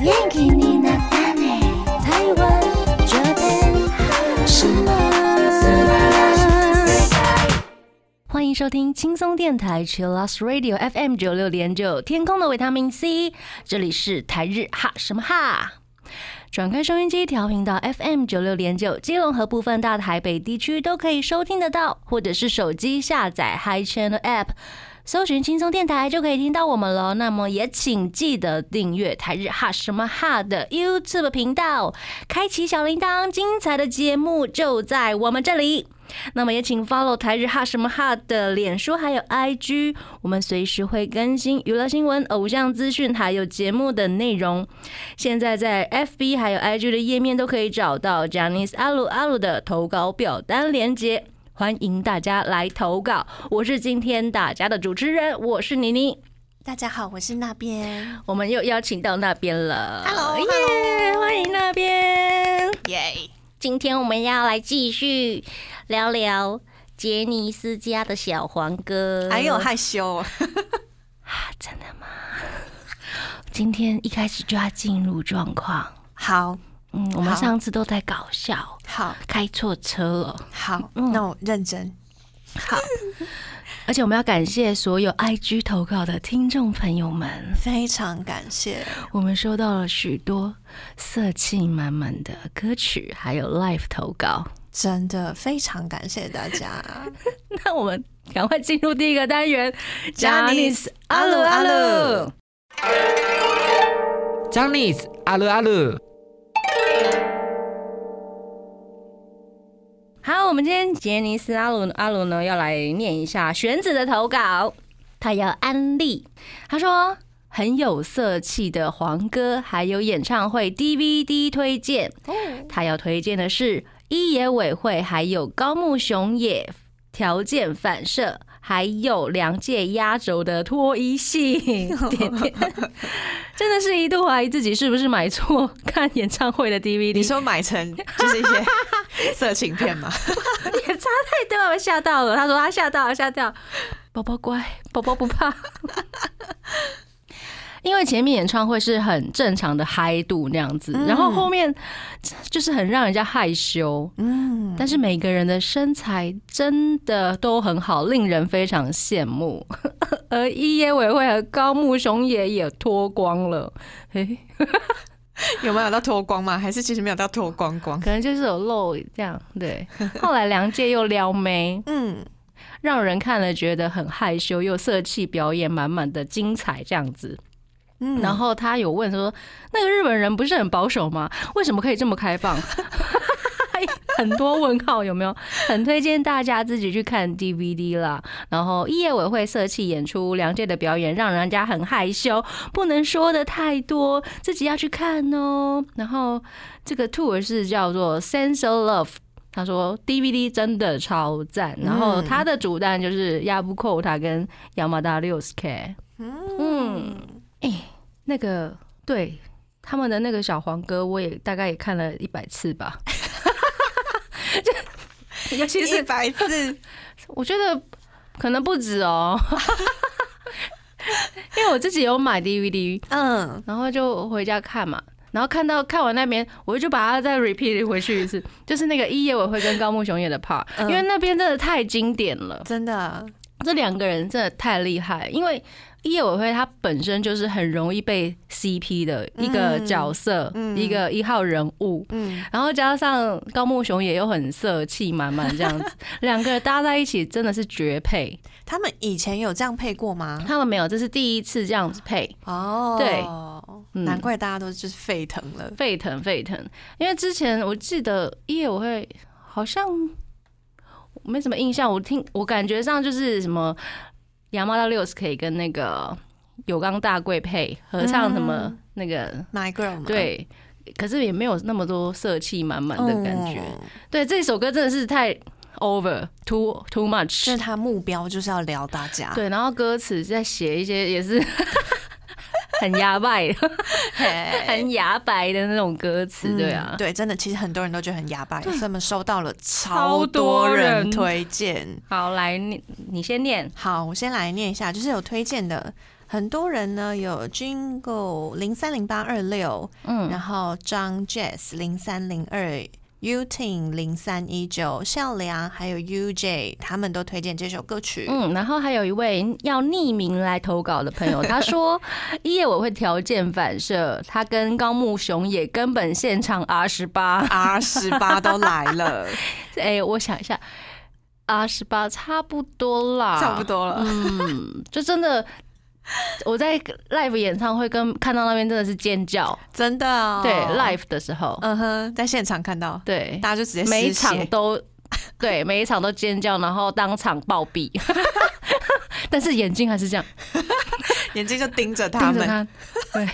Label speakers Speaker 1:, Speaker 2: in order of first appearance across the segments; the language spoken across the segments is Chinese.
Speaker 1: 元気になったね台湾这边什么
Speaker 2: 欢迎收听轻松电台 Chillus Radio FM 九六点九，天空的维他命 C，这里是台日哈什么哈。转开收音机调频道 FM 九六点九，基隆和部分大台北地区都可以收听得到，或者是手机下载 Hi Channel App，搜寻轻松电台就可以听到我们喽。那么也请记得订阅台日哈什么哈的 YouTube 频道，开启小铃铛，精彩的节目就在我们这里。那么也请 follow 台日哈什么哈的脸书还有 IG，我们随时会更新娱乐新闻、偶像资讯还有节目的内容。现在在 FB 还有 IG 的页面都可以找到 Janice 阿鲁阿鲁的投稿表单连接，欢迎大家来投稿。我是今天大家的主持人，我是妮妮，
Speaker 3: 大家好，我是那边，
Speaker 2: 我们又邀请到那边了
Speaker 3: Hello，
Speaker 2: 耶
Speaker 3: hello
Speaker 2: 欢迎那边。
Speaker 3: 耶、
Speaker 2: 今天我们要来继续聊聊杰尼斯家的小黄哥。
Speaker 3: 还有害羞哦，
Speaker 2: 真的吗？今天一开始就要进入状况。
Speaker 3: 好
Speaker 2: 嗯，我们
Speaker 3: 好
Speaker 2: 上次都在搞笑，
Speaker 3: 好
Speaker 2: 开错车了。
Speaker 3: 好，
Speaker 2: 嗯
Speaker 3: 那我认真，
Speaker 2: 而且我们要感谢所有 IG 投稿的听众朋友们，
Speaker 3: 非常感谢，
Speaker 2: 我们收到了许多色气满满的歌曲，还有 live 投稿。
Speaker 3: 真的非常感谢大家。
Speaker 2: 那我们赶快进入第一个单元
Speaker 3: Janice，阿鲁阿鲁。
Speaker 4: Johnny's 阿鲁阿鲁，
Speaker 2: 好，我们今天杰尼斯阿鲁阿鲁呢要来念一下玄子的投稿，他要安利，他说很有色气的黄歌，还有演唱会 DVD 推荐，他要推荐的是一野委会，还有高木雄也条件反射。还有两届压轴的脱衣戏，点点真的是一度怀疑自己是不是买错看演唱会的 DVD。
Speaker 3: 你说买成就是一些色情片 吗？
Speaker 2: 也差太多了，吓到了。他说啊他吓到了，吓到。宝宝乖，宝宝不怕。因为前面演唱会是很正常的嗨度那样子，然后后面就是很让人家害羞。
Speaker 3: 嗯，
Speaker 2: 但是每个人的身材真的都很好，令人非常羡慕。 而一野委会和高木雄也也脱光了，嘿、
Speaker 3: 有没有到脱光吗？还是其实没有到脱光光？
Speaker 2: 可能就是有露这样。对，后来梁界又撩妹，
Speaker 3: 嗯，
Speaker 2: 让人看了觉得很害羞又色气表演满满的精彩这样子。
Speaker 3: 嗯
Speaker 2: 然后他有问说，那个日本人不是很保守吗？为什么可以这么开放？ 很多问号有没有？很推荐大家自己去看 DVD 啦。然后业委会色气演出梁界的表演，让人家很害羞，不能说的太多，自己要去看哦。然后这个 tour 是叫做 Sense of Love。他说 DVD 真的超赞，然后他的主弹就是亚布寇他跟亚麻达六 K，嗯，哎、那个对他们的那个小黄歌，我也大概也看了一百次吧，就 尤其
Speaker 3: 一
Speaker 2: 是
Speaker 3: 百字，
Speaker 2: 我觉得可能不止哦， 因为我自己有买 DVD，
Speaker 3: 嗯，
Speaker 2: 然后就回家看嘛。然后看到看完那边，我就把它再 repeat 回去一次， 就是那个一夜我会跟高木雄也的 part，、
Speaker 3: 嗯
Speaker 2: 因为那边真的太经典了，
Speaker 3: 真的，
Speaker 2: 这两个人真的太厉害，因为一夜委会他本身就是很容易被 CP 的一个角色，
Speaker 3: 嗯嗯
Speaker 2: 一个一号人物，
Speaker 3: 嗯，
Speaker 2: 然后加上高木雄也又很色气满满这样子，两个人搭在一起真的是绝配。
Speaker 3: 他们以前有这样配过吗？
Speaker 2: 他们没有，这是第一次这样子配，
Speaker 3: 哦，
Speaker 2: 对嗯
Speaker 3: 难怪大家都就是沸腾了。
Speaker 2: 沸腾沸腾。因为之前我记得一夜我会好像没什么印象，我听我感觉上就是什么亚麻到六十可以跟那个有冈大贵配合唱什么
Speaker 3: 嗯
Speaker 2: 那个、
Speaker 3: My girl 嘛，
Speaker 2: 对，可是也没有那么多色气满满
Speaker 3: 嗯，
Speaker 2: 的感觉。对，这首歌真的是太 over too too
Speaker 3: 就是
Speaker 2: much。
Speaker 3: 啊他目标就是要撩大家。
Speaker 2: 对，然后歌词在写一些也是 很牙白，
Speaker 3: 嘿
Speaker 2: 很牙白的那种歌词， 对啊
Speaker 3: 嗯。对，真的，其实很多人都觉得很哑巴，所以我们收到了
Speaker 2: 超多
Speaker 3: 超多人
Speaker 2: 人
Speaker 3: 推荐。
Speaker 2: 好，来你你先念，
Speaker 3: 好，我先来念一下，就是有推荐的，很多人呢有 Jingle 零三零八二六，
Speaker 2: 嗯，
Speaker 3: 然后张 Jazz 零三零二。Uting 零三一九、孝良还有 UJ，他们都推荐这首歌曲。
Speaker 2: 嗯，然后还有一位要匿名来投稿的朋友，他说 一夜我会条件反射，他跟高木雄也根本现场 R 十 八，
Speaker 3: R 十八都来 了，
Speaker 2: 哎，我想一下，R 十八差不多啦，
Speaker 3: 差不，多了。
Speaker 2: 嗯，就真的。我在 live 演唱会跟看到那边真的是尖叫，
Speaker 3: 真的、哦，
Speaker 2: 对 live 的时候，
Speaker 3: 嗯哼，在现场看到，
Speaker 2: 对，
Speaker 3: 大家就直接
Speaker 2: 每一
Speaker 3: 失血
Speaker 2: 场都 对，每一场都尖叫，然后当场暴 毙，但是眼睛还是这样
Speaker 3: 眼睛就盯着他
Speaker 2: 盯
Speaker 3: 们
Speaker 2: 着，他， 对，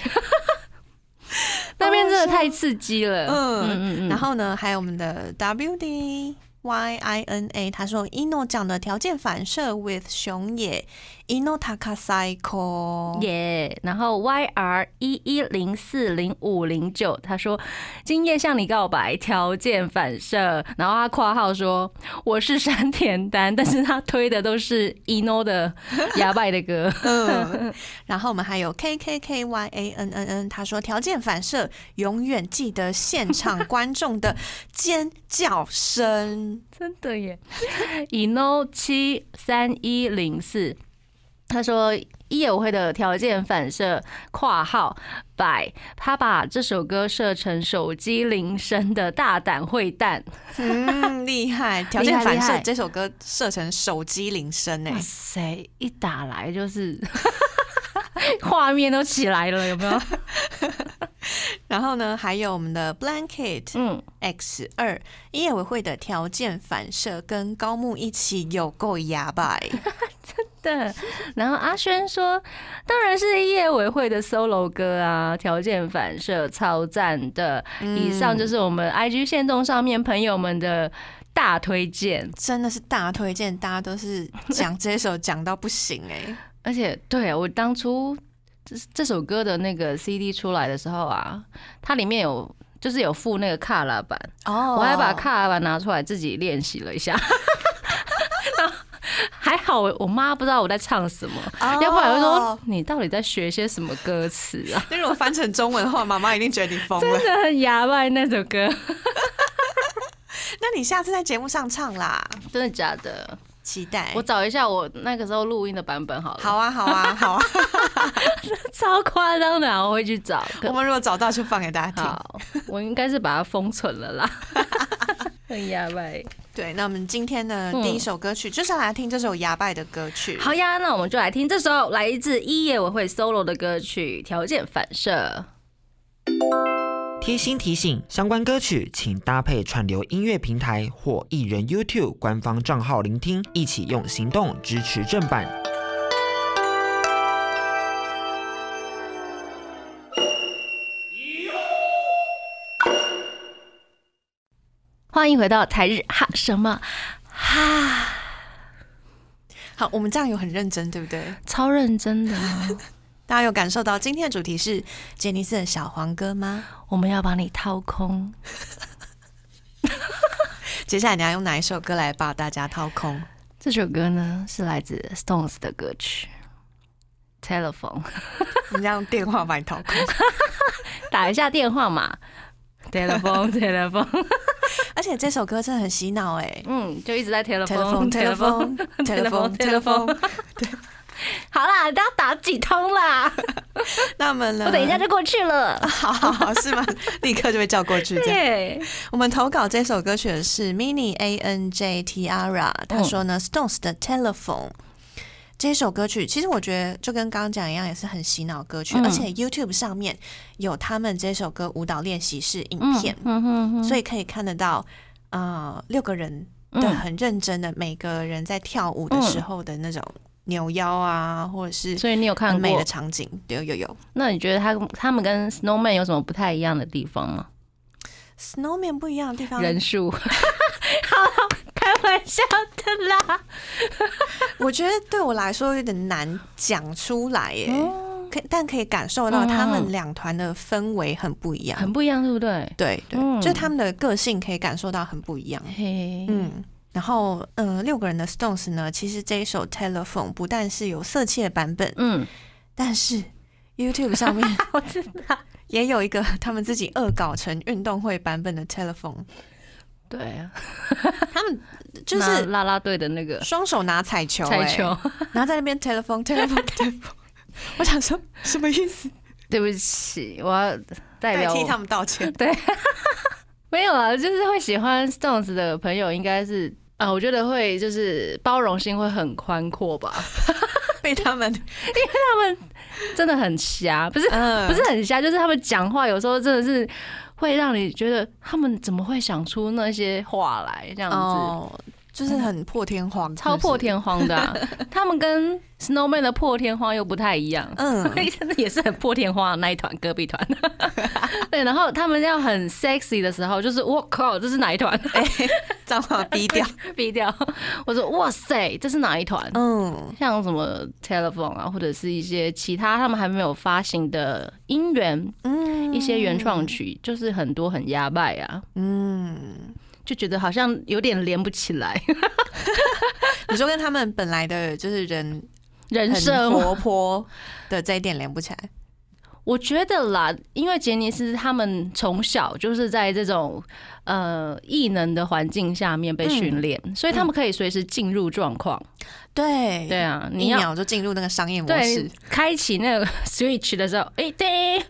Speaker 2: 那边真的太刺激了，
Speaker 3: 嗯
Speaker 2: 嗯
Speaker 3: 然后呢，还有我们的 WD。Y I N A，他说 ino 讲的条件反射 with 熊野 ino takasaiko，
Speaker 2: 耶然后 Y R 一一零四零五零九，他说今夜向你告白，条件反射。然后他括号说我是山田丹，但是他推的都是 ino 的牙拜的歌。
Speaker 3: 嗯， 然后我们还有 K K K Y A N N N，他说条件反射永远记得现场观众的尖叫声，
Speaker 2: 真的耶！ino 七三一零四，他说一友会的条件反射（括号百），他把这首歌设成手机铃声的大胆会蛋，
Speaker 3: 嗯，厉害！条
Speaker 2: 厉
Speaker 3: 件
Speaker 2: 害
Speaker 3: 反
Speaker 2: 厉
Speaker 3: 射
Speaker 2: 害
Speaker 3: 这首歌设成手机铃声欸呢
Speaker 2: 哇，塞，一打来就是画面都起来了，有没有？
Speaker 3: 然后呢，还有我们的 Blanket，
Speaker 2: 嗯，
Speaker 3: X 二业委会的条件反射跟高木一起有够牙白，
Speaker 2: 对。然后阿轩说，当然是业委会的 solo 歌啊，条件反射超赞的。以上就是我们 IG 线动上面朋友们的大推荐，
Speaker 3: 真的是大推荐，大家都是讲这首讲到不行哎、
Speaker 2: 而且对我当初这这首歌的那个 CD 出来的时候啊，它里面有就是有附那个卡拉版，
Speaker 3: 哦
Speaker 2: 我还把卡拉版拿出来自己练习了一 下。还好我我妈不知道我在唱什么，要不然我就说
Speaker 3: 哦，
Speaker 2: 你到底在学些什么歌词啊？
Speaker 3: 那如果翻成中文的话，妈妈一定觉得你疯了。
Speaker 2: 真的很牙白那首歌，
Speaker 3: 那你下次在节目上唱啦，
Speaker 2: 真的假的？
Speaker 3: 期待
Speaker 2: 我。找一下我那个时候录音的版哎本好了。
Speaker 3: 好啊，好 啊，好啊！
Speaker 2: 超夸张的、啊，我会去找。
Speaker 3: 我
Speaker 2: 可
Speaker 3: 们如果找到就放给大家听。
Speaker 2: 好，我应该是把它封存了啦。 很牙白。
Speaker 3: 对，那我们今天的
Speaker 2: 嗯
Speaker 3: 第一首歌曲就是要来听这首牙拜的歌曲。
Speaker 2: 好呀，那我们就来听这首来自一野我会 solo 的歌曲《条件反射
Speaker 5: 贴心提醒：相关歌曲请搭配串流音乐平台或艺人 YouTube 官方账号聆听，一起用行动支持正版。
Speaker 2: 欢迎回到台日哈什么哈，
Speaker 3: 好，我们这样有很认真，对不对？
Speaker 2: 超认真的啊，
Speaker 3: 大家有感受到今天的主题是杰尼斯的小黄歌吗？
Speaker 2: 我们要把你掏空。
Speaker 3: 接下来你要用哪一首歌来把大家掏 空？
Speaker 2: 这首歌呢是来自 Stones 的歌曲《Telephone》，
Speaker 3: 你这样电话把你掏空，
Speaker 2: 打一下电话嘛。telephone telephone，
Speaker 3: 而且这首歌真的很洗脑哎、
Speaker 2: 嗯，就一直在 telephone
Speaker 3: telephone telephone telephone telephone，
Speaker 2: 好啦，大家打几通啦？
Speaker 3: 那么呢？
Speaker 2: 我等一下就过去了。
Speaker 3: 好好好是 吗？立刻就被叫过啊去。这样，
Speaker 2: 对，
Speaker 3: 我们投稿这首歌曲的是 Mini A N J Tiara，他说呢、Stones 的 Telephone。这首歌曲其实我觉得就跟刚刚讲一样，也是很洗脑歌曲，
Speaker 2: 嗯
Speaker 3: 而且 YouTube 上面有他们这首歌舞蹈练习室影片，
Speaker 2: 嗯哼哼，
Speaker 3: 所以可以看得到，呃，六个人的
Speaker 2: 嗯
Speaker 3: 很认真的，每个人在跳舞的时候的那种扭腰啊，或者是
Speaker 2: 所以你有看
Speaker 3: 很美
Speaker 2: 过
Speaker 3: 的？场景，有有有。
Speaker 2: 那你觉得他他们跟 Snowman 有什么不太一样的地方吗？
Speaker 3: Snowman 不一样的地方，
Speaker 2: 人 数？好，开玩笑的啦。
Speaker 3: 我觉得对我来说有点难讲出来耶。可但可以感受到他
Speaker 2: 哦嗯嗯
Speaker 3: 们
Speaker 2: 嗯
Speaker 3: 两团的氛围很不一样，
Speaker 2: 很不一样，对不对？
Speaker 3: 对对，
Speaker 2: 嗯
Speaker 3: 就是他们的个性可以感受到很不一样。
Speaker 2: 嘿，
Speaker 3: 嗯，然后呃，六个人的 Stones 呢，其实这一首 Telephone 不但是有色气的版本，
Speaker 2: 嗯，
Speaker 3: 但是 YouTube 上面
Speaker 2: 我知道，
Speaker 3: 也有一个他们自己恶搞成运动会版本的 Telephone，
Speaker 2: 对啊，
Speaker 3: 他们就
Speaker 2: 那
Speaker 3: 是
Speaker 2: 啦啦队的那个
Speaker 3: 双手拿彩球、
Speaker 2: 彩球，
Speaker 3: 哎，然后在那边 Telephone Telephone Telephone，我想说什么意思？
Speaker 2: 对不起，我要代
Speaker 3: 代
Speaker 2: 表
Speaker 3: 替他
Speaker 2: 我。
Speaker 3: 们 道歉。
Speaker 2: 没有啊，就是会喜欢 Stones 的朋友，应该是啊，我觉得会就是包容性会很宽阔吧。
Speaker 3: 被他们，
Speaker 2: 真的很瞎，不是、
Speaker 3: 嗯
Speaker 2: 不是很瞎，就是他们讲话有时候真的是会让你觉得他们怎么会想出那些话来这样子。
Speaker 3: 哦，就是很破天荒，
Speaker 2: 超破
Speaker 3: 荒。
Speaker 2: 天荒的啊、 他们跟 Snowman 的破天荒又不太一样，
Speaker 3: 嗯，
Speaker 2: 真的也是很破天荒的那一团隔壁团。 对，然后他们要很 sexy 的时候，就是我靠，这是哪一团？
Speaker 3: 脏话逼 掉。
Speaker 2: 逼掉，我说哇塞，这是哪一团？
Speaker 3: 嗯，
Speaker 2: 像什么 Telephone 啊，或者是一些其他他们还没有发行的音源，嗯，一些原创曲，就是很多很压败啊，嗯，就觉得好像有点连不起来
Speaker 3: 你说跟他们本来的就是人
Speaker 2: 人
Speaker 3: 很
Speaker 2: 生。
Speaker 3: 活泼的这一点连不起来。
Speaker 2: 我觉得啦，因为杰尼斯他们从小就是在这种呃异能的环境下面
Speaker 3: 嗯
Speaker 2: 被训练，所以他们可以随时进入状况。
Speaker 3: 对
Speaker 2: 对，啊，你
Speaker 3: 一
Speaker 2: 要
Speaker 3: 秒就进入那个商业模
Speaker 2: 对
Speaker 3: 式。，
Speaker 2: 开启那个 Switch 的时候，哎、对，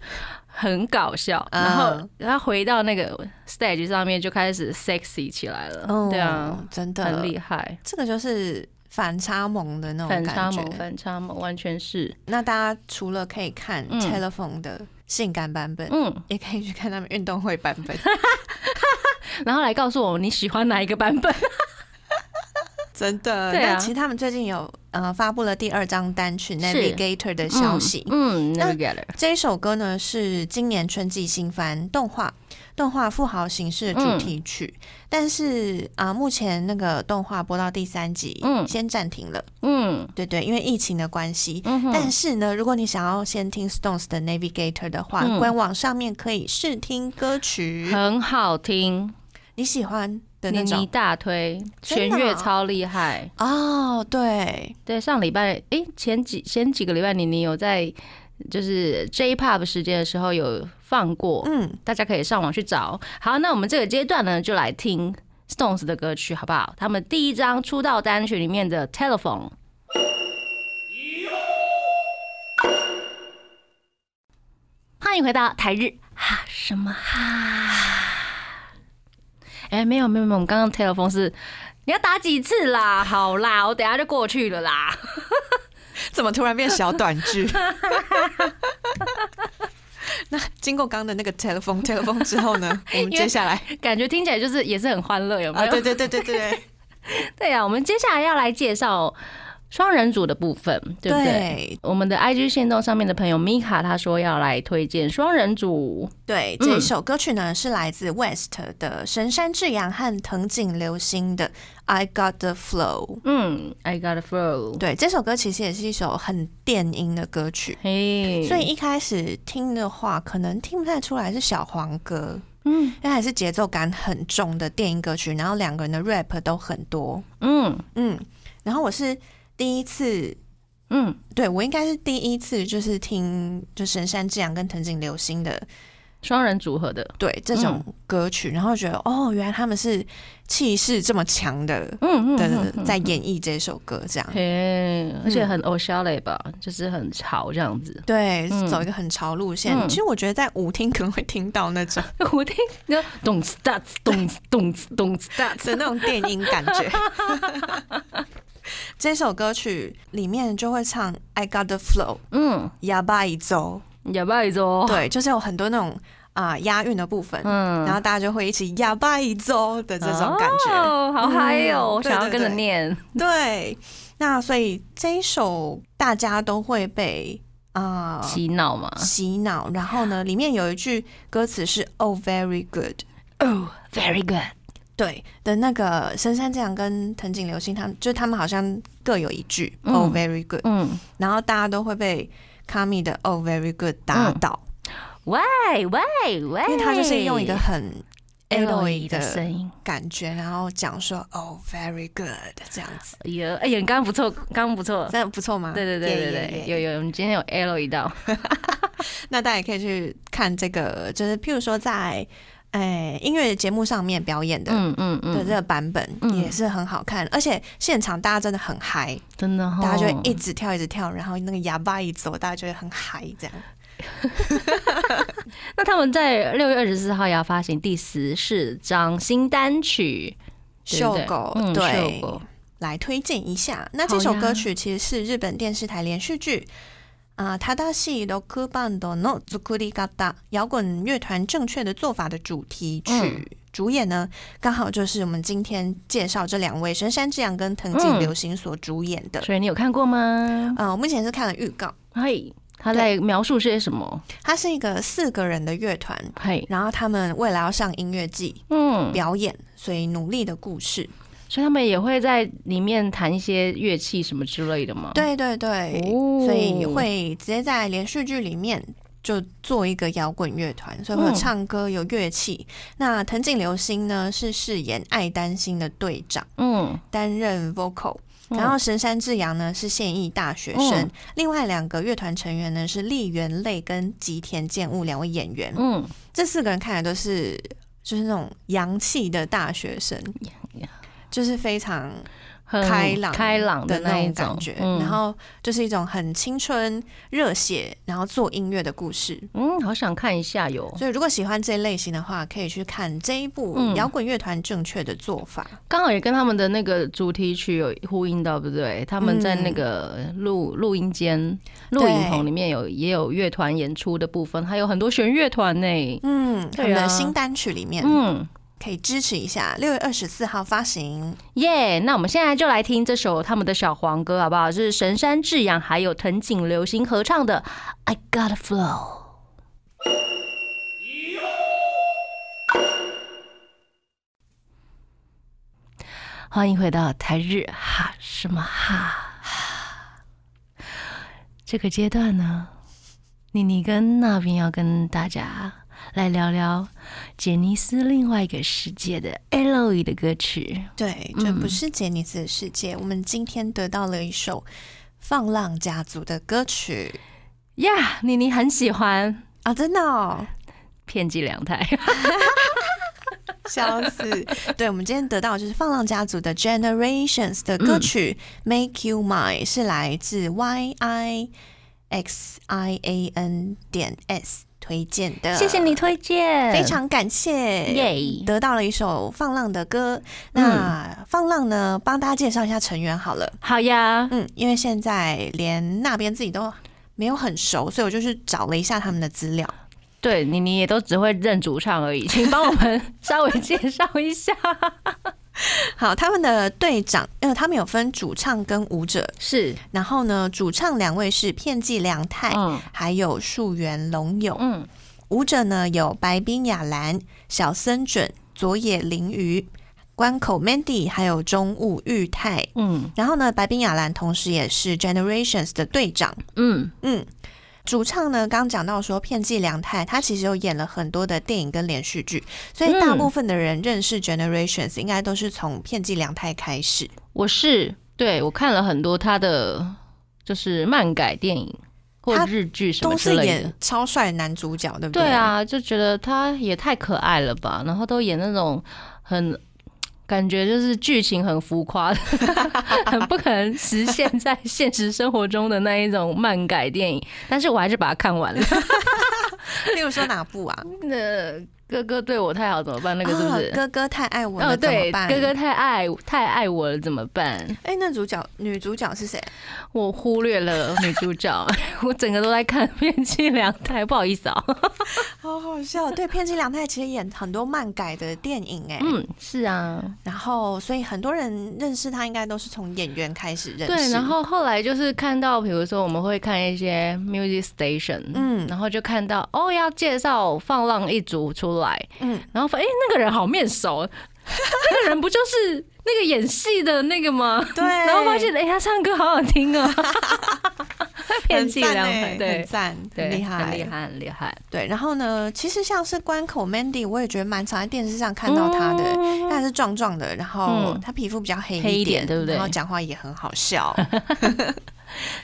Speaker 2: 很搞笑。
Speaker 3: 嗯
Speaker 2: 然后他回到那个 stage 上面就开始 sexy 起来了，
Speaker 3: 嗯，
Speaker 2: 对啊，，
Speaker 3: 真的
Speaker 2: 很厉害，
Speaker 3: 这个就是反差萌的那
Speaker 2: 反
Speaker 3: 种
Speaker 2: 差
Speaker 3: 感
Speaker 2: 萌，
Speaker 3: 觉。
Speaker 2: 反差萌，完全是，
Speaker 3: 那大家除了可以看
Speaker 2: 嗯
Speaker 3: Telephone 的性感版本，
Speaker 2: 嗯。
Speaker 3: 也可以去看他们运动会版 本，
Speaker 2: 然后来告诉我们你喜欢哪一个 版本？
Speaker 3: 真的。
Speaker 2: 对啊
Speaker 3: 那其实他们最近有呃发布了第二张单曲《
Speaker 2: 是
Speaker 3: Navigator》的消息，
Speaker 2: 嗯，那
Speaker 3: 那
Speaker 2: 个 g e t
Speaker 3: 这一首歌呢是今年春季新番动画动画富豪形式的主题曲，
Speaker 2: 嗯
Speaker 3: 但是啊、目前那个动画播到第三集，
Speaker 2: 嗯
Speaker 3: 先暂停了，
Speaker 2: 嗯
Speaker 3: 对对，因为疫情的关系。
Speaker 2: 嗯哼，
Speaker 3: 但是呢，如果你想要先听 Stones 的 Navigator 的话，
Speaker 2: 嗯
Speaker 3: 官网上面可以试听歌曲，
Speaker 2: 很好听，
Speaker 3: 你喜欢嗯的
Speaker 2: 妮
Speaker 3: 那
Speaker 2: 妮
Speaker 3: 种
Speaker 2: 大推，
Speaker 3: 真
Speaker 2: 弦
Speaker 3: 的啊
Speaker 2: 乐超厉害。
Speaker 3: 哦，对，
Speaker 2: 对，上礼拜诶，前几前几个礼拜，妮妮有在就是 J-Pop 时间的时候有放过，
Speaker 3: 嗯，
Speaker 2: 大家可以上网去找。好，那我们这个阶段呢，就来听 Stones 的歌曲，好不好？他们第一张出道单曲里面的《Telephone》。欢迎回到台日哈什么哈？哎、没有没有没有，我们刚刚 telephone 是你要打几次啦？好啦，我等一下就过去了啦。
Speaker 3: 怎么突然变小短 剧？那经过刚刚的那个 telephone telephone 之后 呢，我们
Speaker 2: 因为
Speaker 3: 接下来
Speaker 2: 感觉听起来就是也是很欢乐，有没
Speaker 3: 啊，
Speaker 2: 有？
Speaker 3: 对对对对对，
Speaker 2: 对啊，我们接下来要来介绍双人组的部分，对不对？
Speaker 3: 对
Speaker 2: 我们的 IG 线动上面的朋友 Mika 他说要来推荐双人组，
Speaker 3: 对，
Speaker 2: 嗯
Speaker 3: 这首歌曲呢是来自 West 的神山智洋和藤井流星的《I Got the Flow》。
Speaker 2: 嗯，I got a flow，
Speaker 3: 对，这首歌其实也是一首很电音的歌曲，
Speaker 2: 嘿，
Speaker 3: 所以一开始听的话，可能听不太出来是小黄歌，
Speaker 2: 嗯
Speaker 3: 因为还是节奏感很重的电音歌曲，然后两个人的 rap 都很多，
Speaker 2: 嗯
Speaker 3: 嗯，然后我是第一次。
Speaker 2: 嗯，
Speaker 3: 对，我应该是第一次就是听就神山智洋跟藤井流星的
Speaker 2: 双人组合的，
Speaker 3: 对这种
Speaker 2: 嗯
Speaker 3: 歌曲，然后觉得哦，原来他们是气势这么强的
Speaker 2: 嗯嗯嗯
Speaker 3: 的，在演绎这首歌，这样
Speaker 2: 嘿，而且很 o s h a l e 吧，就是很潮这样子。
Speaker 3: 对
Speaker 2: 嗯，
Speaker 3: 走一个很潮路线。
Speaker 2: 嗯
Speaker 3: 其实我觉得在舞厅可能会听到那 种
Speaker 2: 我听你就咚哧哒哧咚哧咚哧咚哧哒哧，
Speaker 3: 的那种电音感 觉。这首歌曲里面就会唱《I Got the Flow》
Speaker 2: 嗯，
Speaker 3: 哑巴一周，
Speaker 2: 也不一哦，
Speaker 3: 对，就是有很多那种啊、押韵的部分，
Speaker 2: 嗯
Speaker 3: 然后大家就会一起哑巴一周的这种感觉。
Speaker 2: 哦，好嗨哦，
Speaker 3: 嗯
Speaker 2: 我想要跟着
Speaker 3: 对对对
Speaker 2: 念，
Speaker 3: 对，那所以这一首大家都会被啊、
Speaker 2: 洗脑嘛
Speaker 3: 洗脑，然后呢，里面有一句歌词是 “Oh very good”，
Speaker 2: ，Oh very good，
Speaker 3: 对的那个深山这样跟藤井流星他们，就他们好像各有一句、
Speaker 2: 嗯
Speaker 3: “Oh very good”，
Speaker 2: 嗯
Speaker 3: 然后大家都会被 Kami 的 Oh Very Good 打倒，
Speaker 2: 喂喂喂，
Speaker 3: 因为他就是用一个
Speaker 2: 哎
Speaker 3: 很
Speaker 2: Aloy
Speaker 3: Aloy
Speaker 2: 的声
Speaker 3: 的
Speaker 2: 音。
Speaker 3: 感觉，然后讲说 Oh Very Good 这样子，
Speaker 2: 哎呀，哎呀，你刚刚不错，刚刚不错。
Speaker 3: 真的不错吗？
Speaker 2: 呃对对对对
Speaker 3: 耶
Speaker 2: 对，
Speaker 3: 耶
Speaker 2: 有
Speaker 3: 耶
Speaker 2: 有，我们今天有 L 一道，
Speaker 3: 那大家也可以去看这个，就是譬如说在哎音乐节目上面表演的。
Speaker 2: 嗯嗯
Speaker 3: 的
Speaker 2: 嗯，
Speaker 3: 这个版本
Speaker 2: 嗯
Speaker 3: 也是很好看，而且现场大家真的很嗨，
Speaker 2: 真的哈，哦
Speaker 3: 大家就会一直跳一直跳，然后那个哑巴一走，大家就会很嗨这样。
Speaker 2: 那他们在六月二十四号要发行第十四张新单曲对
Speaker 3: 秀
Speaker 2: 不对
Speaker 3: 狗
Speaker 2: 嗯
Speaker 3: 对
Speaker 2: 秀狗
Speaker 3: 来推荐一下。那这首歌曲其实是日本电视台连续剧啊，塔达西ロックバンドの作り方摇滚乐团正确的做法的主题曲。
Speaker 2: 嗯
Speaker 3: 主演呢，刚好就是我们今天介绍这两位神山智洋跟藤
Speaker 2: 嗯
Speaker 3: 井流行所主演的。
Speaker 2: 所以你有看过吗？
Speaker 3: 呃，我目前是看了预告，
Speaker 2: 嘿，他在描述些什么？
Speaker 3: 它是一个四个人的乐团，
Speaker 2: 嘿，
Speaker 3: 然后他们未来要上音乐季
Speaker 2: 嗯，
Speaker 3: 表演，所以努力的故事。
Speaker 2: 所以他们也会在里面弹一些乐器什么之类的吗？，
Speaker 3: 对对对，
Speaker 2: 哦
Speaker 3: 所以会直接在连续剧里面就做一个摇滚乐团，所以会有
Speaker 2: 嗯
Speaker 3: 唱歌，有乐器。那藤井流星呢是饰演爱担心的队长，
Speaker 2: 嗯，
Speaker 3: 担任 vocal。
Speaker 2: 嗯
Speaker 3: 然后神山智洋呢是现役大学生，
Speaker 2: 嗯
Speaker 3: 另外两个乐团成员呢是立原泪跟吉田健吾两位演员。
Speaker 2: 嗯，
Speaker 3: 这四个人看起来都是就是那种洋气的大学生
Speaker 2: 呀，
Speaker 3: 就是非常
Speaker 2: 很
Speaker 3: 开朗
Speaker 2: 嗯开朗
Speaker 3: 的
Speaker 2: 那
Speaker 3: 那
Speaker 2: 一
Speaker 3: 种感觉，
Speaker 2: 嗯
Speaker 3: 然后就是一种很青春热血，然后做音乐的故事。
Speaker 2: 嗯，好想看一下哟。
Speaker 3: 所以，如果喜欢这一类型的话，可以去看这一部
Speaker 2: 嗯
Speaker 3: 《摇滚乐团正确的做法
Speaker 2: 刚好也跟他们的那个主题曲有呼应到，对不对？他们在那个录录音间、录影棚里面有也有乐团演出的部分，还有很多弦乐团呢》。。
Speaker 3: 嗯，他
Speaker 2: 对啊
Speaker 3: 们的新单曲里面、
Speaker 2: 嗯，
Speaker 3: 可以支持一下，六月二十四号发行。
Speaker 2: 耶、那我们现在就来听这首他们的小黄歌，好不好？是神山智洋还有藤井流行合唱的《I Gotta Flow》。欢迎回到台日哈什么哈。这个阶段呢，妮妮跟那边要跟大家来聊聊杰尼斯另外一个世界的 L.E 的歌曲。
Speaker 3: 对，
Speaker 2: 嗯
Speaker 3: 这不是杰尼斯的世界。我们今天得到了一首放浪家族的歌曲
Speaker 2: 呀妮妮很喜欢
Speaker 3: 啊，真的、哦。
Speaker 2: 片寄凉太，
Speaker 3: 笑死！ 对，我们今天得到的就是放浪家族的 Generations 的歌曲
Speaker 2: 嗯
Speaker 3: 《Make You Mine》，是来自 Y I X I A N 点 S 推荐的。
Speaker 2: 谢谢你，推荐，
Speaker 3: 非常感谢。
Speaker 2: 耶。嗯
Speaker 3: 得到了一首放浪的歌，那放浪呢？帮大家介绍一下成员好了。
Speaker 2: 好呀，
Speaker 3: 嗯，因为现在连那边自己都没有很熟，所以我就去找了一下他们的资料。
Speaker 2: 对，妮妮也都只会认主唱而已，请帮我们稍微介绍一下。
Speaker 3: 好，他们的队长，呃，他们有分主唱跟舞者，
Speaker 2: 是，
Speaker 3: 然后呢，主唱两位是片寄良太，
Speaker 2: 嗯
Speaker 3: 还有树原龙友。
Speaker 2: 嗯，
Speaker 3: 舞者呢有白冰雅兰、小森准、佐野绫鱼、关口 Mandy，还有中务裕太。
Speaker 2: 嗯
Speaker 3: 然后呢，白冰雅兰同时也是 Generations 的队长。
Speaker 2: 嗯，
Speaker 3: 嗯，主唱呢刚讲到说片寄良太，他其实有演了很多的电影跟连续剧，所以大
Speaker 2: 嗯
Speaker 3: 部分的人认识 Generations 应该都是从片寄良太开始。
Speaker 2: 我是对我看了很多他的就是漫改电影或
Speaker 3: 他
Speaker 2: 日剧什么
Speaker 3: 都
Speaker 2: 之
Speaker 3: 是
Speaker 2: 类的
Speaker 3: 演。超帅男主角，对不
Speaker 2: 对
Speaker 3: 对？，
Speaker 2: 啊，就觉得他也太可爱了吧，然后都演那种很。感觉就是剧情很浮夸， 很不可能实现在现实生活中的那一种漫改电影，但是我还是把它看完了。
Speaker 3: 例如说哪部啊？
Speaker 2: 那哥哥对我太好怎么 办？那个是不
Speaker 3: 啊
Speaker 2: 是？
Speaker 3: 哥哥太爱我了，
Speaker 2: 哦，
Speaker 3: 怎
Speaker 2: 对，
Speaker 3: 么办？
Speaker 2: 哥哥，太爱太爱我了怎么办？
Speaker 3: 哎，那主角女主角是谁？
Speaker 2: 我忽略了女主角， 我整个都在看 面积两台，不好意思啊、
Speaker 3: 好好笑。 对，片寄良太其实演很多漫改的电影，哎，
Speaker 2: 嗯，是啊，
Speaker 3: 然后所以很多人认识他，应该都是从演员开始认识。
Speaker 2: 对，然后后来就是看到，比如说我们会看一些 music station，嗯，
Speaker 3: 嗯
Speaker 2: 然后就看到哦要介绍放浪一族出来，嗯
Speaker 3: 嗯，
Speaker 2: 然后发现哎那个人好面熟，那个人不就是那个演戏的那个吗？
Speaker 3: 嗯对，
Speaker 2: 然后发现哎、他唱歌好好听哦，遍
Speaker 3: 很
Speaker 2: 计
Speaker 3: 赞
Speaker 2: 良
Speaker 3: 欸
Speaker 2: 很，对
Speaker 3: 很赞，很
Speaker 2: 对，
Speaker 3: 厉害，
Speaker 2: 很厉。害，很厉害。
Speaker 3: 对，然后呢，其实像是关口 Mandy，我也觉得蛮常在电视上看到她的，
Speaker 2: 嗯
Speaker 3: 她也是壮壮的，然后
Speaker 2: 嗯
Speaker 3: 她皮肤比较黑
Speaker 2: 黑一点
Speaker 3: 点，
Speaker 2: 对不对
Speaker 3: 然后讲话也很好 笑，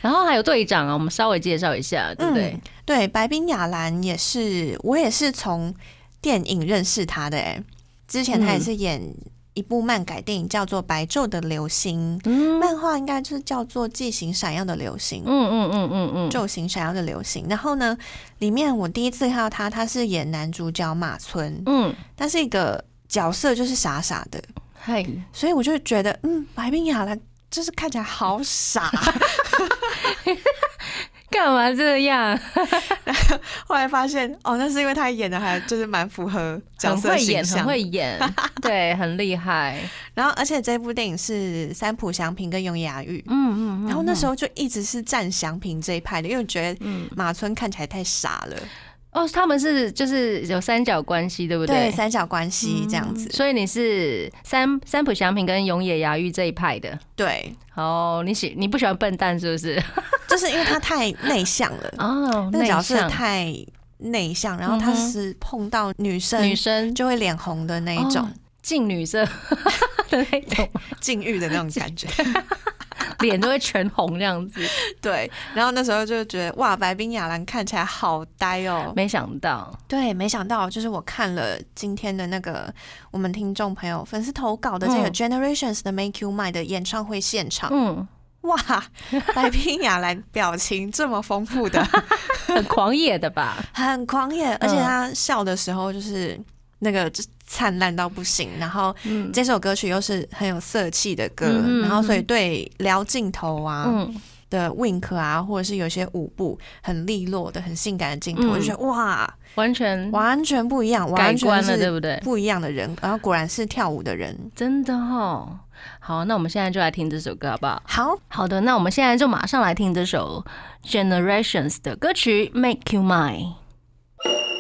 Speaker 2: 然后还有队长啊，我们稍微介绍一下，对不对
Speaker 3: 嗯？，对，白冰雅兰也是，我也是从电影认识她的、哎，之前她也
Speaker 2: 嗯
Speaker 3: 是演一部漫改电影叫做《白昼的流星》，
Speaker 2: 嗯
Speaker 3: 漫画应该就是叫做《记行闪耀的流星》。
Speaker 2: 嗯嗯嗯嗯
Speaker 3: 昼行闪耀的流星，然后呢，里面我第一次看到她，她是演男主角马村，
Speaker 2: 嗯，
Speaker 3: 但是一个角色就是傻傻的，
Speaker 2: 嗨，
Speaker 3: 所以我就觉得，嗯，白冰雅兰就是看起来好 傻。
Speaker 2: 干嘛这样？
Speaker 3: 后来发现，哦，那是因为她演的还就是蛮符合角
Speaker 2: 很
Speaker 3: 色
Speaker 2: 会
Speaker 3: 形
Speaker 2: 演，很
Speaker 3: 象。
Speaker 2: 会演， 对，很厉害。
Speaker 3: 然后，而且这部电影是三浦祥平跟永野雅玉。
Speaker 2: 嗯嗯
Speaker 3: 然后那时
Speaker 2: 候
Speaker 3: 候就一直是站祥平这一派的，因为我觉得
Speaker 2: 嗯
Speaker 3: 马村看起来太傻了，
Speaker 2: 哦，他们是就是有三角关系，对不嗯
Speaker 3: 对三角关系这样子，
Speaker 2: 所以你是三三浦祥平跟永野芽郁这一派的。
Speaker 3: 对，
Speaker 2: 哦，你喜你不喜欢笨蛋是不是？
Speaker 3: 就是因为他太内向了，
Speaker 2: 哦，
Speaker 3: 那个角
Speaker 2: 内
Speaker 3: 色
Speaker 2: 向
Speaker 3: 太内向，然后他
Speaker 2: 嗯哼
Speaker 3: 是碰到女生
Speaker 2: 女生
Speaker 3: 就会脸红的那一种
Speaker 2: 哦近女 色的那种，
Speaker 3: 禁欲的那种感 觉，
Speaker 2: 脸都会全红这样 子。
Speaker 3: 对。然后那时候就觉得哇，白冰雅兰看起来好呆哦。
Speaker 2: 没想到，
Speaker 3: 对，没想到就是我看了今天的那个我们听众朋友粉丝投稿的这个
Speaker 2: 嗯
Speaker 3: Generations 的 Make You Mine 的演唱会现场，
Speaker 2: 嗯，
Speaker 3: 哇，白冰雅兰表情这么丰 富的，
Speaker 2: 很狂野的吧？
Speaker 3: 很狂野，而且
Speaker 2: 嗯
Speaker 3: 她笑的时候就是那个就灿烂到不行，然后
Speaker 2: 嗯
Speaker 3: 这首歌曲又是很有色气的歌，
Speaker 2: 嗯哼
Speaker 3: 然后所以
Speaker 2: 嗯哼
Speaker 3: 对聊镜头啊、
Speaker 2: 嗯，
Speaker 3: 的 wink 啊，或者是有些舞步很利落的、很性感的镜头，
Speaker 2: 嗯
Speaker 3: 我就觉得哇，
Speaker 2: 完全
Speaker 3: 完全不一样，
Speaker 2: 嗯改
Speaker 3: 完全
Speaker 2: 观了，对
Speaker 3: 是
Speaker 2: 不对？
Speaker 3: 不一样的人，然后果然是跳舞的人。
Speaker 2: 真的哦。好，那我们现在就来听这首歌好不好？
Speaker 3: 好，
Speaker 2: 好的，那我们现在就马上来听这首 Generations 的歌曲《Make You Mine》。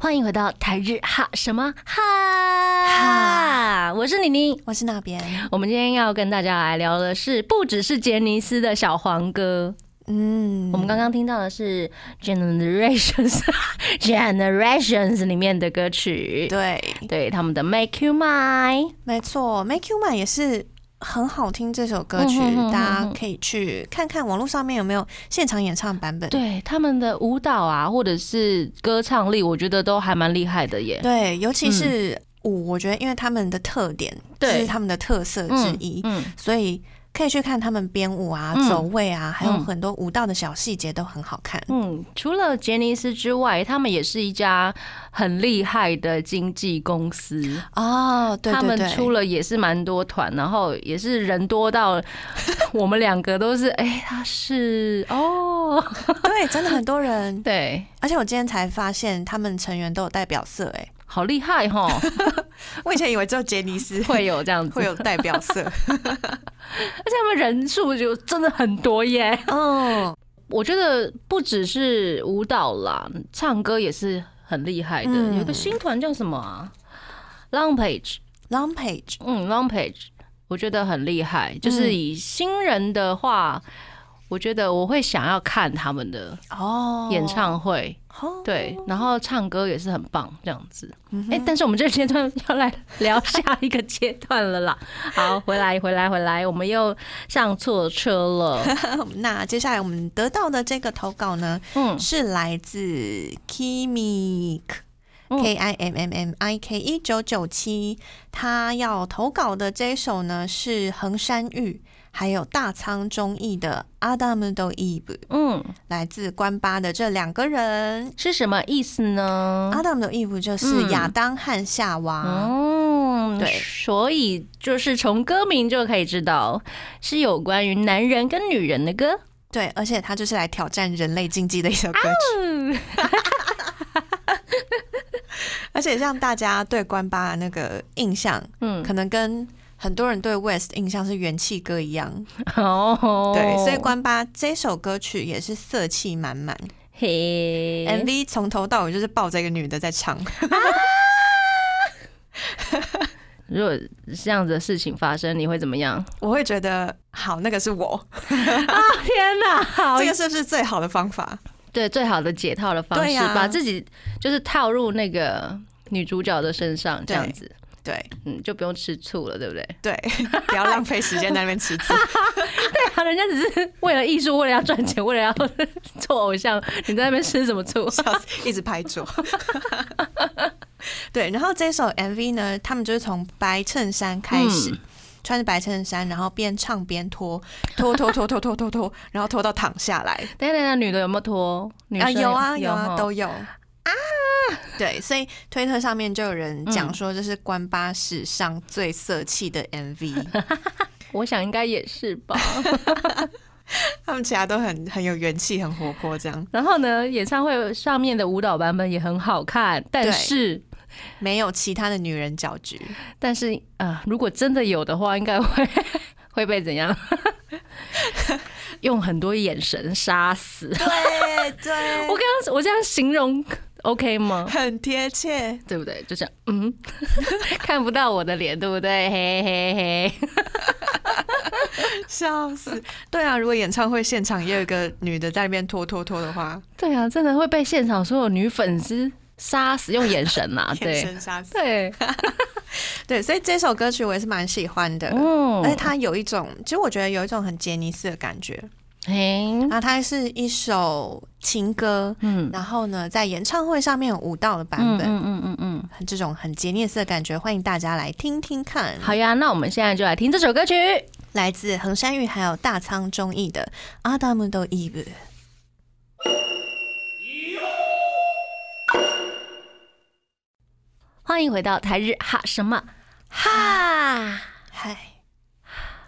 Speaker 2: 欢迎回到台日哈什么哈，我是妮妮。
Speaker 3: 我是那边，
Speaker 2: 我们今天要跟大家来聊的是，不只是杰尼斯的小黄歌，
Speaker 3: 嗯，
Speaker 2: 我们刚刚听到的是 Generations Generations 里面的歌曲，
Speaker 3: 对，
Speaker 2: 对他们的 Make You Mine。
Speaker 3: 没错，Make You Mine 也是很好听这首歌曲，
Speaker 2: 嗯哼哼哼哼
Speaker 3: 大家可以去看看网络上面有没有现场演唱版本。
Speaker 2: 对他们的舞蹈啊，或者是歌唱力，我觉得都还蛮厉害的耶。
Speaker 3: 对，尤其是舞，我觉得因为他们的特点，这
Speaker 2: 嗯对
Speaker 3: 是他们的特色之一，
Speaker 2: 嗯，
Speaker 3: 所以可以去看他们编舞啊、
Speaker 2: 嗯
Speaker 3: 走位啊，还有
Speaker 2: 嗯
Speaker 3: 很多舞蹈的小细节都很好看。
Speaker 2: 嗯，除了杰尼斯之外，他们也是一家很厉害的经纪公司。
Speaker 3: 哦，对
Speaker 2: 他
Speaker 3: 对
Speaker 2: 们
Speaker 3: 对，
Speaker 2: 出了也是蛮多团，然后也是人多到我们两个都是，哎、他是哦，，
Speaker 3: 对，真的很多人
Speaker 2: 对，
Speaker 3: 而且我今天才发现他们成员都有代表色， 哎，
Speaker 2: 好厉害哈，
Speaker 3: 我以前以为只有杰尼 斯
Speaker 2: 会有这样子，
Speaker 3: 会有代表色，
Speaker 2: 而且他们人数就真的很多耶。
Speaker 3: 嗯，
Speaker 2: 我觉得不只是舞蹈啦，唱歌也是很厉害的。
Speaker 3: 嗯
Speaker 2: 有一个新团叫什么啊？Long Page，
Speaker 3: Long Page，
Speaker 2: 嗯，Long Page，我觉得很厉害。就是
Speaker 3: 嗯
Speaker 2: 以新人的话，我觉得我会想要看他们的
Speaker 3: 哦，
Speaker 2: 演，唱会，
Speaker 3: 哦，
Speaker 2: 对，然后唱歌也是很棒，这样子。
Speaker 3: 嗯哼
Speaker 2: 哎、但是我们这个阶段 要来聊下一个阶段了啦。好，回来，回来，回来，我们又上错车了。
Speaker 3: 那接下来我们得到的这个投稿呢，
Speaker 2: 嗯，
Speaker 3: 是来自
Speaker 2: 嗯
Speaker 3: Kimik。K I M M M I K 一九九七，他要投稿的这一首呢是横山玉还有大仓忠义的《阿达姆都伊布》，
Speaker 2: 嗯，
Speaker 3: 来自关八的这两个人。
Speaker 2: 是什么意思呢？
Speaker 3: 阿达姆的伊布就是亚当和夏娃，
Speaker 2: 嗯哦，
Speaker 3: 对
Speaker 2: 所以就是从歌名就可以知道是有关于男人跟女人的歌。
Speaker 3: 对，而且他就是来挑战人类禁忌的一首歌曲。
Speaker 2: 嗯，
Speaker 3: 而且像大家对关八的那个印象，
Speaker 2: 嗯
Speaker 3: 可能跟很多人对 West 印象是元气歌一样，
Speaker 2: 哦，
Speaker 3: 对，所以关八这首歌曲也是色气满满、
Speaker 2: 嘿
Speaker 3: m v 从头到尾就是抱着一个女的在唱，
Speaker 2: 如果这样子的事情发生，你会怎么样？
Speaker 3: 我会觉得好，那个是我，
Speaker 2: 天哪，好
Speaker 3: 这个是不是最好的方法？
Speaker 2: 对最好的解套的方
Speaker 3: 对
Speaker 2: 式，
Speaker 3: 呀
Speaker 2: 把自己就是套入那个女主角的身上，这样
Speaker 3: 对
Speaker 2: 子，
Speaker 3: 对
Speaker 2: 嗯，就不用吃醋了，对不对？
Speaker 3: 对，不要浪费时间在那边吃醋。
Speaker 2: 对啊， 人家只是为了艺术，为了要赚钱，为了要 做偶像，你在那边吃什么醋？
Speaker 3: 笑死，一直拍桌。 对，然后这首 MV 呢，他们就是从白衬衫开始，
Speaker 2: 嗯
Speaker 3: 穿着白衬衫，然后边唱边拖，拖拖拖拖拖拖拖，然后拖到躺下来。
Speaker 2: 等一下等一下，女的有没有脱？女
Speaker 3: 啊，
Speaker 2: 生
Speaker 3: 有啊有
Speaker 2: 哈
Speaker 3: 啊，都有啊。嗯对，所以推特上面就有人讲说，这是关巴史上最色气的 MV，
Speaker 2: 我想应该也是吧。
Speaker 3: 他们其他都很很有元气，很活泼，这样
Speaker 2: 然后呢，演唱会上面的舞蹈版本也很好看，但
Speaker 3: 对
Speaker 2: 是
Speaker 3: 没有其他的女人搅局。
Speaker 2: 但是啊、呃如果真的有的话，应该会 会被怎 样？用很多眼神杀死。
Speaker 3: 对对
Speaker 2: 我刚刚我这样形容 OK 吗？
Speaker 3: 很贴切。
Speaker 2: 对不对？就这样，嗯， 看不到我的脸，对不对？嘿嘿嘿，
Speaker 3: 笑死！ 对啊，如果演唱会现场也有一个女的在那边拖拖拖的话，
Speaker 2: 对啊，真的会被现场所有女粉丝杀死，用眼神呐、啊
Speaker 3: 眼
Speaker 2: 对
Speaker 3: 神杀死。
Speaker 2: 对，
Speaker 3: 对，所以这首歌曲我也是蛮喜欢的，
Speaker 2: 嗯
Speaker 3: 而且它有一种，其实我觉得有一种很杰尼斯的感觉。
Speaker 2: 嘿，
Speaker 3: 那它是一首情歌，
Speaker 2: 嗯，
Speaker 3: 然后呢，在演唱会上面有舞蹈的版
Speaker 2: 嗯
Speaker 3: 本，
Speaker 2: 嗯嗯嗯嗯，
Speaker 3: 很这种很杰尼斯的感觉，欢迎大家来听听看。
Speaker 2: 好呀，那我们现在就来听这首歌曲。
Speaker 3: 来自横山裕还有大仓忠义的《阿达姆都伊布》。
Speaker 2: 欢迎回到台日哈什么哈？
Speaker 3: 嗨，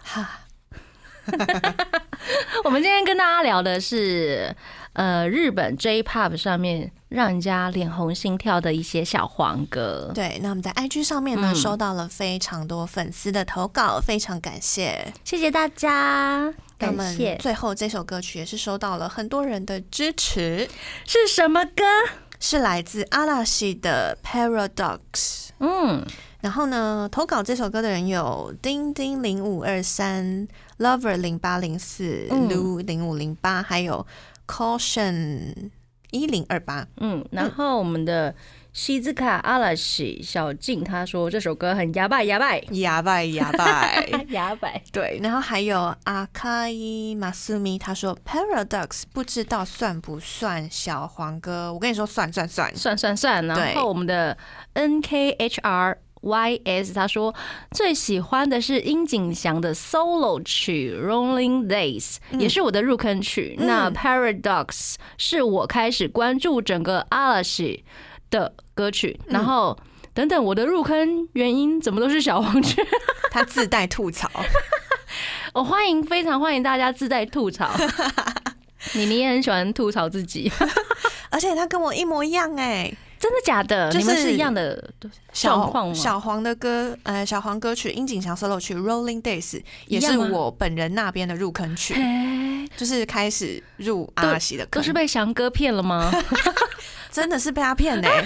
Speaker 3: 哈，
Speaker 2: 我们今天跟大家聊的是，呃，日本 J-pop 上面让人家脸红心跳的一些小黄歌。
Speaker 3: 对，那我们在 IG 上面呢、
Speaker 2: 嗯
Speaker 3: 收到了非常多粉丝的投稿，非常感谢。
Speaker 2: 谢谢大家，
Speaker 3: 那我
Speaker 2: 感
Speaker 3: 们
Speaker 2: 谢。
Speaker 3: 最后这首歌曲也是收到了很多人的支持，
Speaker 2: 是什么歌？
Speaker 3: 是来自阿拉西的《Paradox》。
Speaker 2: 嗯，
Speaker 3: 然后呢，投稿这首歌的人有丁丁零五二三、Lover 零八零四、
Speaker 2: 嗯
Speaker 3: Lu 零五零八，还有 Caution 一零二 八。
Speaker 2: 嗯，然后我们的西兹卡阿拉西小静她说这首歌很牙拜牙拜
Speaker 3: 哑巴哑巴。
Speaker 2: 牙拜，
Speaker 3: 对，然后还有阿卡伊马苏米，他说 Paradox 不知道算不算小黄歌？我跟你说算 算算，
Speaker 2: 算算算。然
Speaker 3: 对
Speaker 2: 后我们的 N K H R。Y S，他说最喜欢的是樱井翔的 solo 曲《Rolling Days》，也是我的入坑曲。
Speaker 3: 嗯
Speaker 2: 那 Paradox 是我开始关注整个阿拉西的歌曲，
Speaker 3: 嗯
Speaker 2: 然后等等，我的入坑原因怎么都是小黄 曲？
Speaker 3: 他自带吐槽。
Speaker 2: 我、欢迎，非常欢迎大家自带吐 槽。妮妮也很喜欢吐槽自己，
Speaker 3: 而且他跟我一模一样哎，
Speaker 2: 真的假的？
Speaker 3: 就
Speaker 2: 你
Speaker 3: 是
Speaker 2: 们是一样的 状况
Speaker 3: 小
Speaker 2: 吗？
Speaker 3: 小黄的歌，呃，小黄歌曲《樱井翔 solo 曲》《Rolling Days》也
Speaker 2: 一样
Speaker 3: 是
Speaker 2: 吗
Speaker 3: 我本人那边的入坑曲，
Speaker 2: 哎，
Speaker 3: 就是开始入阿喜的
Speaker 2: 都
Speaker 3: 坑，
Speaker 2: 是被翔哥骗了 吗？
Speaker 3: 真的是被他骗 哎。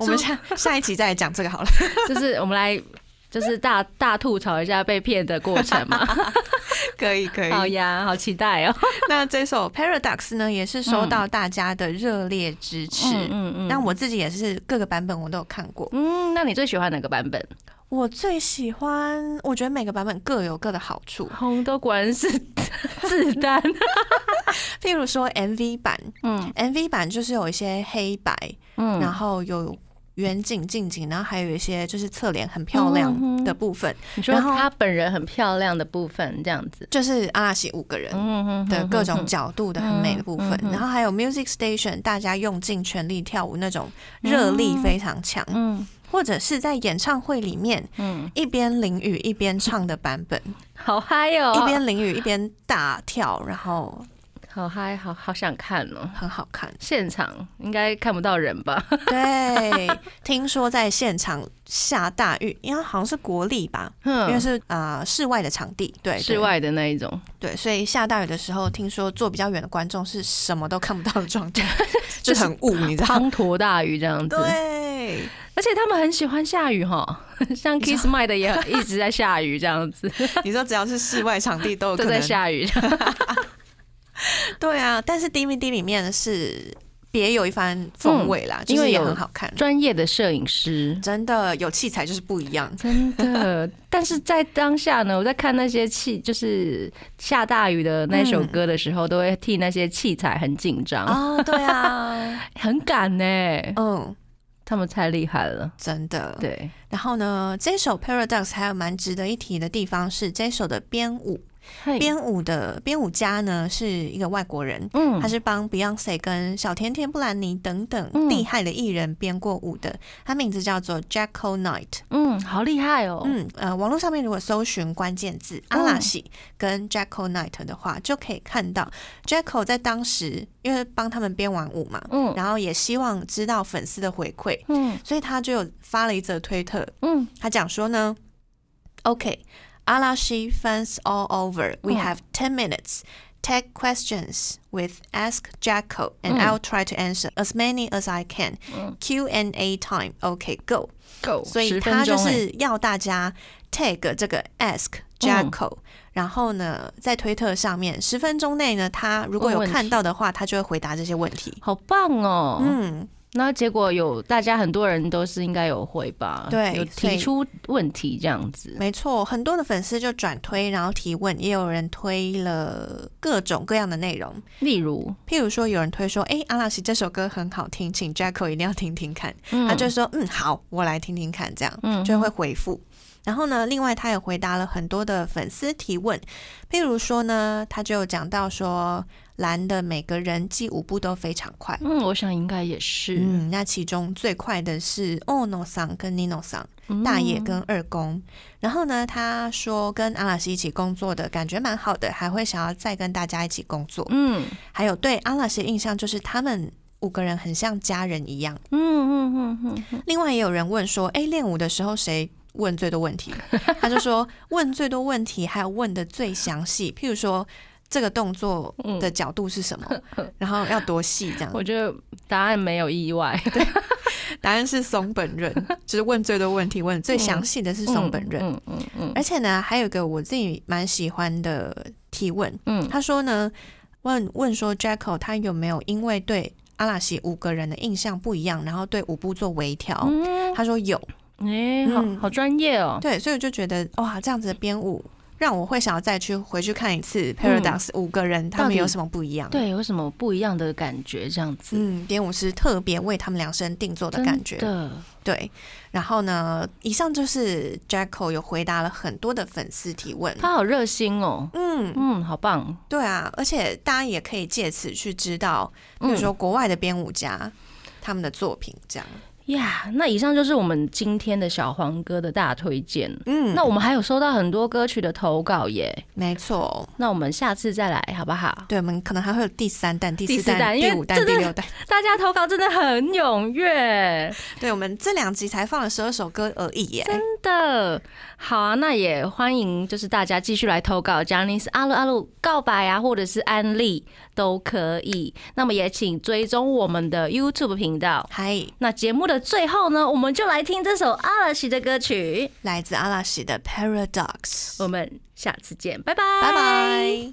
Speaker 3: 我们下下一集再来讲这个好了。
Speaker 2: 就是我们来，就是大大吐槽一下被骗的过程 嘛。
Speaker 3: 可以可以，
Speaker 2: 好呀，好期待哦。
Speaker 3: 那这首 Paradox 呢，也是收到大家的热烈支持。
Speaker 2: 嗯嗯嗯。
Speaker 3: 但我自己也是各个版本我都有看过，
Speaker 2: 嗯，那你最喜欢哪个版本？
Speaker 3: 我最喜欢，我觉得每个版本各有各的好处。
Speaker 2: 红豆果然是自 单。
Speaker 3: 譬如说 MV 版
Speaker 2: 嗯
Speaker 3: ，MV 版就是有一些黑白，
Speaker 2: 嗯
Speaker 3: 然后有远景、近景，然后还有一些就是侧脸很漂
Speaker 2: 嗯
Speaker 3: 亮的部分，
Speaker 2: 你说
Speaker 3: 然后
Speaker 2: 她本人很漂亮的部分，这样子。
Speaker 3: 就是阿拉西五个人
Speaker 2: 嗯哼
Speaker 3: 的
Speaker 2: 哼
Speaker 3: 各
Speaker 2: 哼
Speaker 3: 种
Speaker 2: 哼
Speaker 3: 角度的很美的部分，
Speaker 2: 嗯嗯嗯
Speaker 3: 然后还有 Music Station，大家用尽全力跳舞那种热力非常强，
Speaker 2: 嗯
Speaker 3: 或者是在演唱会里面
Speaker 2: 嗯。
Speaker 3: 一边淋雨一边唱的版本，
Speaker 2: 好嗨哦！
Speaker 3: 一边淋雨一边大跳，然后
Speaker 2: 好嗨，好好想看哦。。
Speaker 3: 很好看
Speaker 2: 现场应该看不到人吧？
Speaker 3: 对，听说在现场下大雨，因为好像是国立吧，因为
Speaker 2: 嗯，
Speaker 3: 是啊、呃室外的场地，对，对
Speaker 2: 室外的那一 种，
Speaker 3: 对，所以下大雨的时候，听说坐比较远的观众是什么都看不到的 状态，就很雾，你知道吗？
Speaker 2: 滂沱大雨这样子。
Speaker 3: 对，
Speaker 2: 而且他们很喜欢下雨哈， 像
Speaker 3: 啊
Speaker 2: Kiss My 的也一直在下雨这样子，
Speaker 3: 你说只要是室外场地都有可
Speaker 2: 都在
Speaker 3: 能
Speaker 2: 下雨。
Speaker 3: 对啊，但是 DVD 里面是别有一番风味啦，
Speaker 2: 嗯
Speaker 3: 就是
Speaker 2: 因为
Speaker 3: 也
Speaker 2: 有
Speaker 3: 很好看，
Speaker 2: 专业的摄影师，
Speaker 3: 真的有器材就是不一样。
Speaker 2: 真的。但是在当下呢，我在看那些器，就是下大雨的那首歌的时候，都会替那些器材很紧张，
Speaker 3: 哦，对啊，
Speaker 2: 很赶呢、
Speaker 3: 嗯，
Speaker 2: 他们太厉害了。
Speaker 3: 真的。
Speaker 2: 对，
Speaker 3: 然后呢，这首 Paradox 还有蛮值得一提的地方是，这首的编舞，
Speaker 2: 嘿
Speaker 3: 编舞的编舞家呢是一个外国人，
Speaker 2: 嗯
Speaker 3: 他是帮 Beyonce 跟小甜甜布兰妮等
Speaker 2: 嗯
Speaker 3: 等厉害的艺人编过舞的，他名字叫做 Jacko Knight。
Speaker 2: 嗯，好厉害哦。
Speaker 3: 嗯，呃，网络上面如果搜寻关键字阿拉西跟 Jacko Knight 的话，就可以看到 Jacko 在当时因为帮他们编完舞嘛，
Speaker 2: 嗯
Speaker 3: 然后也希望知道粉丝的回馈，
Speaker 2: 嗯
Speaker 3: 所以他就有发了一则推特，
Speaker 2: 嗯
Speaker 3: 他讲说呢，OK，阿拉西 fans all over，we
Speaker 2: 嗯
Speaker 3: have ten minutes。Tag questions with Ask Jacko, and
Speaker 2: 嗯
Speaker 3: I'll try to answer as many as I can.
Speaker 2: 嗯
Speaker 3: Q&A time. OK, go.
Speaker 2: ，Go，
Speaker 3: 所以
Speaker 2: 10
Speaker 3: 他
Speaker 2: 分
Speaker 3: 就
Speaker 2: 钟欸
Speaker 3: 是要大家 tag 这个 ask Jacko，、然
Speaker 2: 嗯
Speaker 3: 后呢，在推特上面十分钟内呢，他如果有
Speaker 2: 问问题
Speaker 3: 看到的话，他就会回答这些问题。
Speaker 2: 好棒哦。
Speaker 3: 嗯，
Speaker 2: 那结果有大家很多人都是应该有回吧？
Speaker 3: 对
Speaker 2: 有
Speaker 3: 所以
Speaker 2: 提出问题这样子。
Speaker 3: 没错，很多的粉丝就转推，然后提问，也有人推了各种各样的内容。
Speaker 2: 例如，
Speaker 3: 譬如说，有人推说：“哎、阿拉西这首歌很好听，请 Jacko 一定要听听看。
Speaker 2: 嗯
Speaker 3: 他就说：“嗯，好，我来听听看。”这样，
Speaker 2: 嗯
Speaker 3: 就会回复。然后呢，另外他也回答了很多的粉丝提问，譬如说呢，他就讲到说，蓝的每个人记舞步都非常快。
Speaker 2: 嗯，我想应该也是。
Speaker 3: 嗯，那其中最快的是 Ono 桑跟 Nino 桑，
Speaker 2: 嗯
Speaker 3: 大野跟二宫。然后呢，他说跟阿拉西一起工作的感觉蛮好的，还会想要再跟大家一起工作。
Speaker 2: 嗯
Speaker 3: 还有对阿拉西的印象就是他们五个人很像家人一样。
Speaker 2: 嗯嗯嗯嗯
Speaker 3: 另外也有人问说，哎，练舞的时候谁问最多 问题？他就说问最多问题，还有问的最详细，譬如说。这个动作的角度是什么？ 然后要多细这
Speaker 2: 嗯，
Speaker 3: 样？
Speaker 2: 我觉得答案没有意外。
Speaker 3: 答案是松本润，就是问最多问题、问最详细的是松本润。
Speaker 2: 嗯嗯嗯
Speaker 3: 而且呢，还有一个我自己蛮喜欢的提问，
Speaker 2: 嗯
Speaker 3: 他说呢，问问说 Jacko 他有没有因为对阿拉西五个人的印象不一样，然后对舞步做微调？
Speaker 2: 嗯，
Speaker 3: 他说有，
Speaker 2: 哎，
Speaker 3: 嗯
Speaker 2: 好好专业哦。
Speaker 3: 对，所以我就觉得哇，这样子的编舞让我会想要再去回去看一次 Paradox 五个人、他
Speaker 2: 嗯到
Speaker 3: 们
Speaker 2: 底
Speaker 3: 有什么不一样？，
Speaker 2: 对，有什么不一样的感觉？这样子
Speaker 3: 嗯，编舞师特别为他们量身定做的
Speaker 2: 真
Speaker 3: 感觉。
Speaker 2: 的，嗯
Speaker 3: 对，然后呢，以上就是 Jacko 有回答了很多的粉丝提问。
Speaker 2: 他好热心哦。
Speaker 3: 嗯，
Speaker 2: 嗯，好棒。
Speaker 3: 对啊，而且大家也可以借此去知道，
Speaker 2: 嗯
Speaker 3: 比如说国外的编舞家、他们的作品这样。
Speaker 2: 呀那以上就是我们今天的小黄歌的大推荐。
Speaker 3: 嗯，
Speaker 2: 那我们还有收到很多歌曲的投稿耶，
Speaker 3: 没错，
Speaker 2: 那我们下次再来好不好？
Speaker 3: 对我们可能还会有第三弹、第
Speaker 2: 第
Speaker 3: 四
Speaker 2: 四弹
Speaker 3: 弹、
Speaker 2: 因为
Speaker 3: 第五弹、
Speaker 2: 真
Speaker 3: 第
Speaker 2: 的
Speaker 3: 六弹。
Speaker 2: 大家投稿真的很踊跃，
Speaker 3: 对，我们这两集才放了十二首歌而已耶。
Speaker 2: 真的好啊！那也欢迎就是大家继续来投稿，讲你是阿鲁阿鲁告白啊，或者是安利都可以。那么也请追踪我们的 YouTube 频道。
Speaker 3: 嗨，
Speaker 2: 那节目的最后呢，我们就来听这首阿拉西的歌曲。
Speaker 3: 来自阿拉西的 Paradox，
Speaker 2: 我们下次见，拜拜，
Speaker 3: 拜拜。